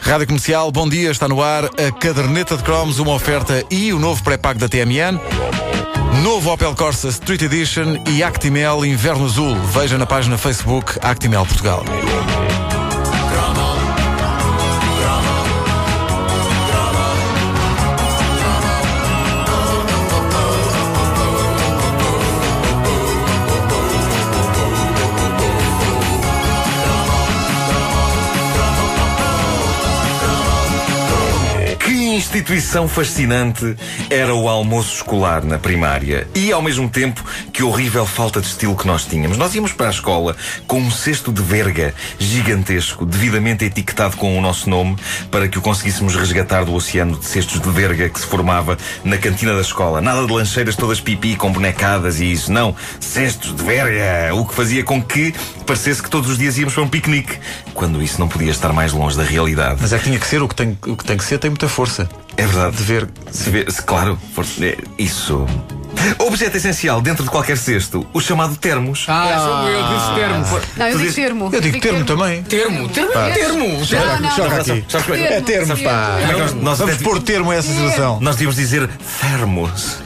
Rádio Comercial, bom dia, está no ar a caderneta de cromos, uma oferta e o novo pré-pago da TMN. Novo Opel Corsa Street Edition e Actimel Inverno Azul. Veja na página Facebook Actimel Portugal. Que instituição fascinante era o almoço escolar na primária e, ao mesmo tempo, que horrível falta de estilo que nós tínhamos. Nós íamos para a escola com um cesto de verga gigantesco, devidamente etiquetado com o nosso nome, para que o conseguíssemos resgatar do oceano de cestos de verga que se formava na cantina da escola. Nada de lancheiras todas pipi com bonecadas e isso, não. Cestos de verga! O que fazia com que parecesse que todos os dias íamos para um piquenique, quando isso não podia estar mais longe da realidade. Mas é que tinha que ser, o que tem, o que, tem que ser tem muita força. É verdade. De ver. Se vê- se- claro, for- é, isso. Objeto essencial dentro de qualquer cesto, o chamado termos. Ah, sou eu, disse termo. Não, eu Tu digo dizes- termo. Eu digo termo também. Termo, termo, é termo. Não, não, Joga não. aqui. Sabes como é que- É termo, Termo, pá. termo. como é que nós, nós, Vamos até- pôr termo a essa situação. nós devíamos dizer termos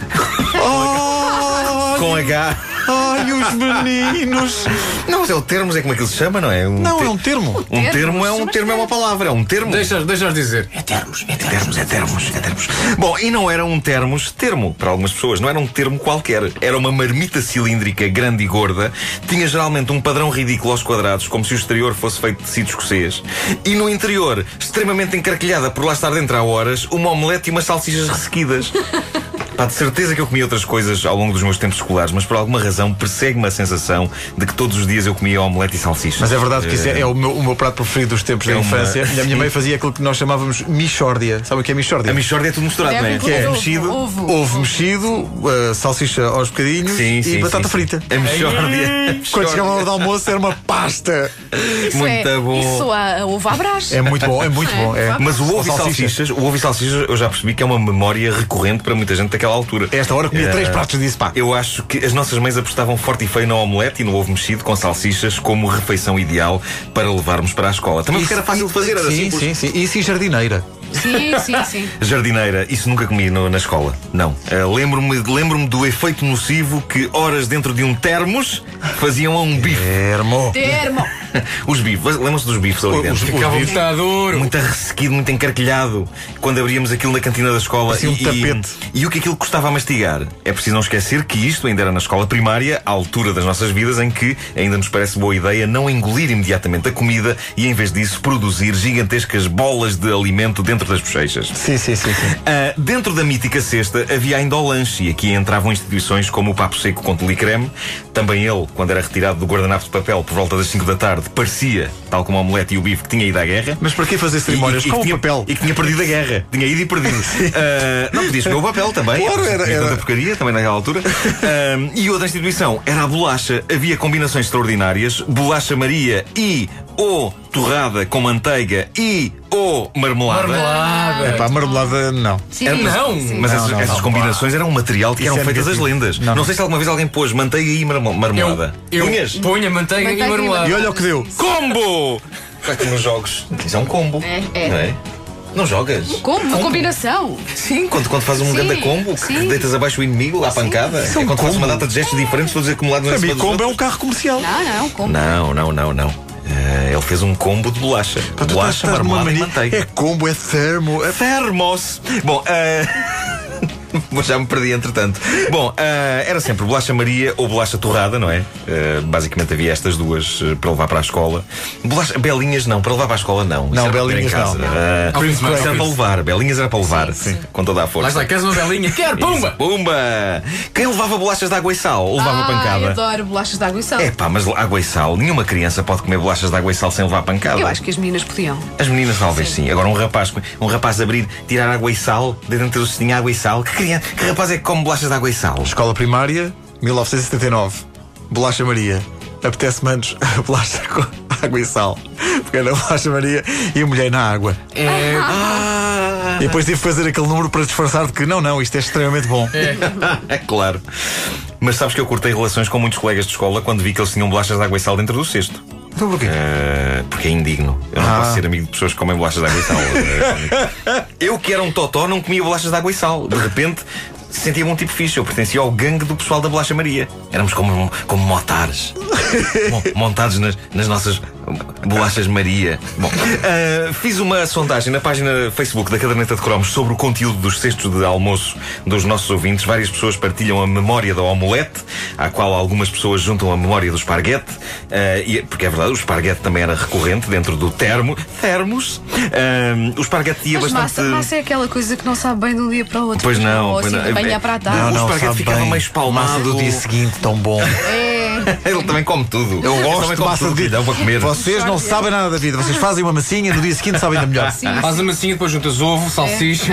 Oh, com H. ai, os meninos. Não, mas é o termos, é como é que ele se chama, não é? Um Não, te- é um termo. Um termo é um Chama-se termo, é uma palavra, é um termo. Deixa-os deixa dizer. É termos, é termos, é termos, é termos. Bom, e não era um termos termo para algumas pessoas, não era um termo qualquer. Era uma marmita cilíndrica grande e gorda, tinha geralmente um padrão ridículo aos quadrados, como se o exterior fosse feito de tecido escocês, e no interior, extremamente encarquilhada por lá estar dentro há horas, uma omelete e umas salsichas ressequidas. Pá, de certeza que eu comi outras coisas ao longo dos meus tempos escolares, mas por alguma razão persegue-me a sensação de que todos os dias eu comia omelete e salsichas. Mas é verdade que isso é, é o, meu, o meu prato preferido dos tempos É da uma- infância. E a minha mãe fazia aquilo que nós chamávamos Michórdia. Sabem o que é Michórdia? A mixórdia é tudo misturado, não Deve é? incluir é ovo, um mexido. Ovo. Ovo mexido, uh, salsicha aos bocadinhos Sim, e sim, batata sim, É frita. Sim. A Michórdia. Quando chegava a hora do almoço era uma pasta. Isso Muito é, bom. Isso a ovo à brás. É muito bom, é muito bom. É. Mas o Ou ovo e salsichas, o ovo e salsichas, eu já percebi que é uma memória recorrente para muita gente daquela altura. A esta hora comia Eh, três pratos disso, pá. Eu acho que as nossas mães apostavam forte e feio na omelete e no ovo mexido com salsichas como refeição ideal para levarmos para a escola. Também porque era fácil de fazer, era sim, simples. Sim, sim, Isso e assim, jardineira. Sim, sim, sim. Jardineira, isso nunca comi no- na escola. Não. Eh, lembro-me, lembro-me do efeito nocivo que horas dentro de um termos faziam a um bife. Hermo. Termo. Os bifes, lembram-se dos bifes ali Os- dentro? os Ficava bifes. muito duro. Muito arressequido, muito encarquilhado Quando abríamos aquilo na cantina da escola Parecia um tapete. E, o que aquilo custava a mastigar É preciso não esquecer que isto ainda era na escola primária À altura das nossas vidas em que Ainda nos parece boa ideia não engolir imediatamente a comida E em vez disso produzir gigantescas bolas de alimento dentro das bochechas Sim, sim, sim, sim. ah, dentro da mítica cesta havia ainda o lanche e aqui entravam instituições como o Papo Seco com Creme. Também ele, quando era retirado do guardanapo de papel por volta das 5 da tarde, parecia, tal como a omelete e o bife, que tinha ido à guerra. Mas para que fazer cerimónias E- e- e com que o tinha- papel? E que tinha perdido a guerra. Tinha ido e perdido. Ah, não podias comer o papel também. Claro, Porque era- tinha era- tanta porcaria também naquela altura. Ah, e outra instituição era a bolacha. Havia combinações extraordinárias. Bolacha Maria e ou torrada com manteiga e ou marmelada. É pá, marmelada, não. Sim, Era- Não, sim. É Mas Não, essas, não, essas não. combinações eram um material que Isso eram é feitas as negativo. lendas. Não, Não, não. sei se alguma vez alguém pôs manteiga e marmo- Eu, marmelada. eu Punhas? ponho a manteiga, Manteiga e e marmelada. E olha o que deu. Combo! Vai como nos jogos. Isso é um combo. É, é. Não Não jogas? Como? Uma combinação. Sim, quando, quando fazes um Sim, grande combo, que sim. deitas abaixo o inimigo à pancada, Isso é um quando fazes uma combo. data de gestos diferentes, todos acumulados na Para mim, combo é um carro comercial. Não, não, como? Não, não, não, não. Eh, ele fez um combo de bolacha. Pá, tu estás- bolacha, estás numa marmelada e mania- manteiga. É combo, é termo. É... Termos. Bom, eh, mas já me perdi entretanto. Bom, eh, era sempre bolacha Maria ou bolacha torrada, não é? Eh, basicamente havia estas duas eh, para levar para a escola. Bolacha, belinhas não, para levar para a escola não. Isso Não, era para comer em belinhas casa. não. Eh, Cream isso era crackers. para levar, belinhas era para levar, com toda a Lá força. está, queres uma belinha? Quero, pumba! Pumba! Quem levava bolachas de água e sal? Ou levava ah, Eu pancada? adoro bolachas de água e sal. É pá, mas água e sal, nenhuma criança pode comer bolachas de água e sal sem levar pancada. Eu acho que as meninas podiam. As meninas talvez sim. Agora um rapaz, com- um rapaz abrir, tirar água e sal, de dentro do cestinho água e sal. Que criança, que rapaz é que come bolachas de água e sal? Escola primária, 1979. Bolacha Maria. Apetece manos a bolacha com água e sal. Porque era bolacha Maria e a mulher na água. É, Ah, E depois tive que fazer aquele número para disfarçar de que não, não, isto é extremamente bom. é claro. Mas sabes que eu cortei relações com muitos colegas de escola quando vi que eles tinham bolachas de água e sal dentro do cesto. Então porquê? Ah, porque é indigno. Eu não posso ser amigo de pessoas que comem bolachas de água e sal. Ah, eu que era um totó não comia bolachas de água e sal. De repente sentia-me um tipo fixe. Eu pertencia ao gangue do pessoal da Bolacha Maria. Éramos como, como motares. Mo- montados nas, nas nossas bolachas Maria. Bom, ah, fiz uma sondagem na página Facebook da Caderneta de Cromos sobre o conteúdo dos cestos de almoço dos nossos ouvintes. Várias pessoas partilham a memória da omelete, à qual algumas pessoas juntam a memória do esparguete, ah, e- porque é verdade, o esparguete também era recorrente dentro do termo. Termos. Ah, o esparguete ia Mas bastante. massa, massa é aquela coisa que não sabe bem de um dia para o outro. Pois não, Ou pois assim, não. É, de manhã para a Não, tarde. não, esparguete sabe ficava bem. meio espalmado. Massa do dia seguinte, tão bom. É. Ele também come tudo. Eu Ele gosto também de come massa tudo um do que lhe dia. dão para comer. Vocês não sabem nada da vida. Vocês fazem uma massinha, no dia seguinte sabem da melhor. Sim, Ah, Faz a massinha, depois juntas ovo, salsicha.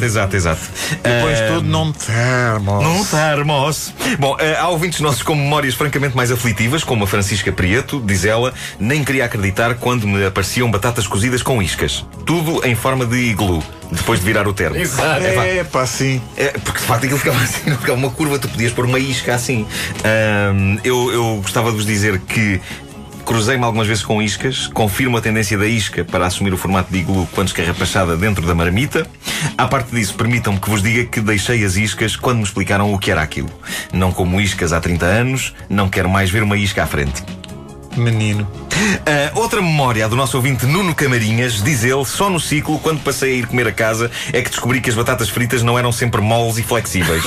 Exato, exato, exato. Depois tudo num termo. Num termos. Bom, eh, há ouvintes nossos com memórias francamente mais aflitivas, como a Francisca Prieto, diz ela, nem queria acreditar quando me apareciam batatas cozidas com iscas. Tudo em forma de iglu, depois de virar o termo. Exato. É, pá, É, pá, sim. é, porque de facto aquilo ficava assim, não ficava uma curva, tu podias pôr uma isca assim. Ahm, eu, eu gostava de vos dizer que cruzei-me algumas vezes com iscas, confirmo a tendência da isca para assumir o formato de iglu quando escarrapachada dentro da marmita. À parte disso, permitam-me que vos diga que deixei as iscas quando me explicaram o que era aquilo. Não como iscas há 30 anos, não quero mais ver uma isca à frente. Menino. Ah, outra memória a do nosso ouvinte Nuno Camarinhas, diz ele, só no ciclo, quando passei a ir comer a casa, é que descobri que as batatas fritas não eram sempre moles e flexíveis.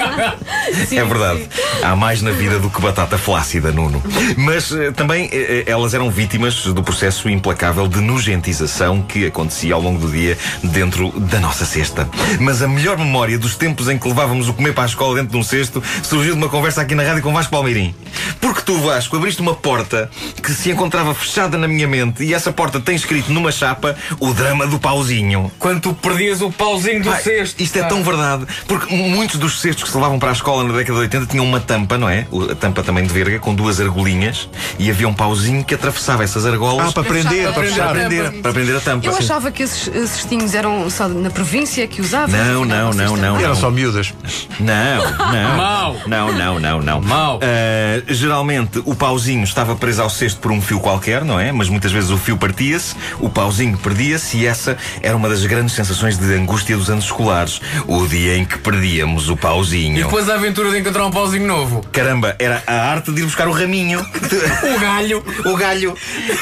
é verdade. Há mais na vida do que batata flácida, Nuno. Mas eh, também eh, eh, elas eram vítimas do processo implacável de nugentização que acontecia ao longo do dia dentro da nossa cesta. Mas a melhor memória dos tempos em que levávamos o comer para a escola dentro de um cesto surgiu de uma conversa aqui na rádio com Vasco Palmeirim. Porque tu, Vasco, abriste uma porta que se encontrava fechada na minha mente e essa porta tem escrito numa chapa o drama do pauzinho. Quando tu perdias o pauzinho do Pá, cesto. Isto é pá. tão verdade, porque muitos dos cestos que se levavam para a escola na década de 80 tinham uma tampa, não é? O- A tampa também de verga, com duas argolinhas, e havia um pauzinho que atravessava essas argolas Ah, para prender, para Para fechar. prender. para prender a tampa. Eu Sim. achava que esses eh, cestinhos eram só na província que usavam. Não, não, não, não. Eram só miúdas. Não, não. Mau. Não, não, não, não. Mau. Ah, geralmente o pauzinho estava preso ao cesto por um fio qualquer, não é? Mas muitas vezes o fio partia-se, o pauzinho perdia-se e essa era uma das grandes sensações de angústia dos anos escolares. O dia em que perdíamos o pauzinho. E depois a aventura de encontrar um pauzinho novo. Caramba, era a arte de ir buscar o raminho. O galho. o galho.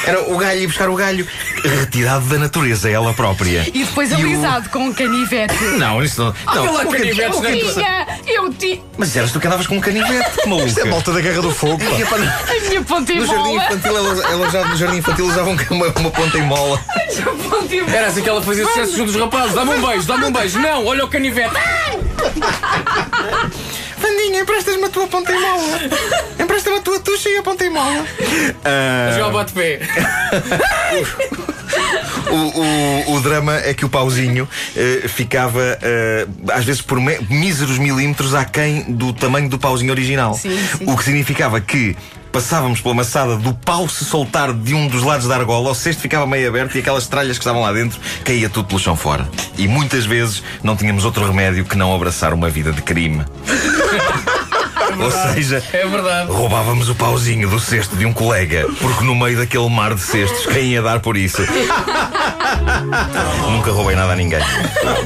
Era o galho e buscar o galho. Retirado da natureza, ela própria. E depois o- alisado com um canivete. Não, isso não. Olha lá, não. é canivete. Eu tinha, né? eu tinha, Mas eras tu que andavas com um canivete, que maluca. Isto é a volta da Guerra do Fogo, pá. E, epá, a minha ponta e No jardim bola. infantil, elas, elas já, no jardim infantil usavam uma, uma ponta em mola. Era assim que ela fazia sucesso junto dos rapazes. Dá-me um beijo, dá-me um beijo. Não, olha o canivete. Vandinha, emprestas-me a tua ponta em mola. Empresta-me a tua tuxa e a ponta em mola. Ah. Já bate pé. O, o- o drama é que o pauzinho eh, ficava, eh, às vezes, por me- míseros milímetros aquém do tamanho do pauzinho original. Sim, sim. O que significava que passávamos pela maçada do pau se soltar de um dos lados da argola, o cesto ficava meio aberto e aquelas tralhas que estavam lá dentro caía tudo pelo chão fora. E muitas vezes não tínhamos outro remédio que não abraçar uma vida de crime. Ou seja, É verdade. Roubávamos o pauzinho do cesto de um colega, porque no meio daquele mar de cestos, quem ia dar por isso? Nunca roubei nada a ninguém.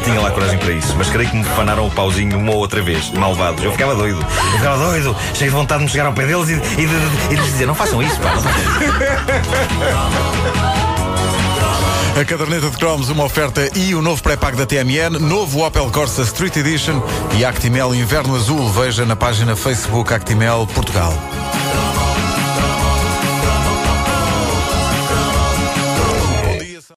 Tinha lá coragem para isso, mas creio que me fanaram o pauzinho uma ou outra vez, malvados. Eu ficava doido, eu ficava doido, cheio de vontade de me chegar ao pé deles e, e, de- e de lhes dizer: não façam isso, pá, não façam isso." A caderneta de cromos, uma oferta e o novo pré-pago da TMN, novo Opel Corsa Street Edition e Actimel Inverno Azul. Veja na página Facebook Actimel Portugal.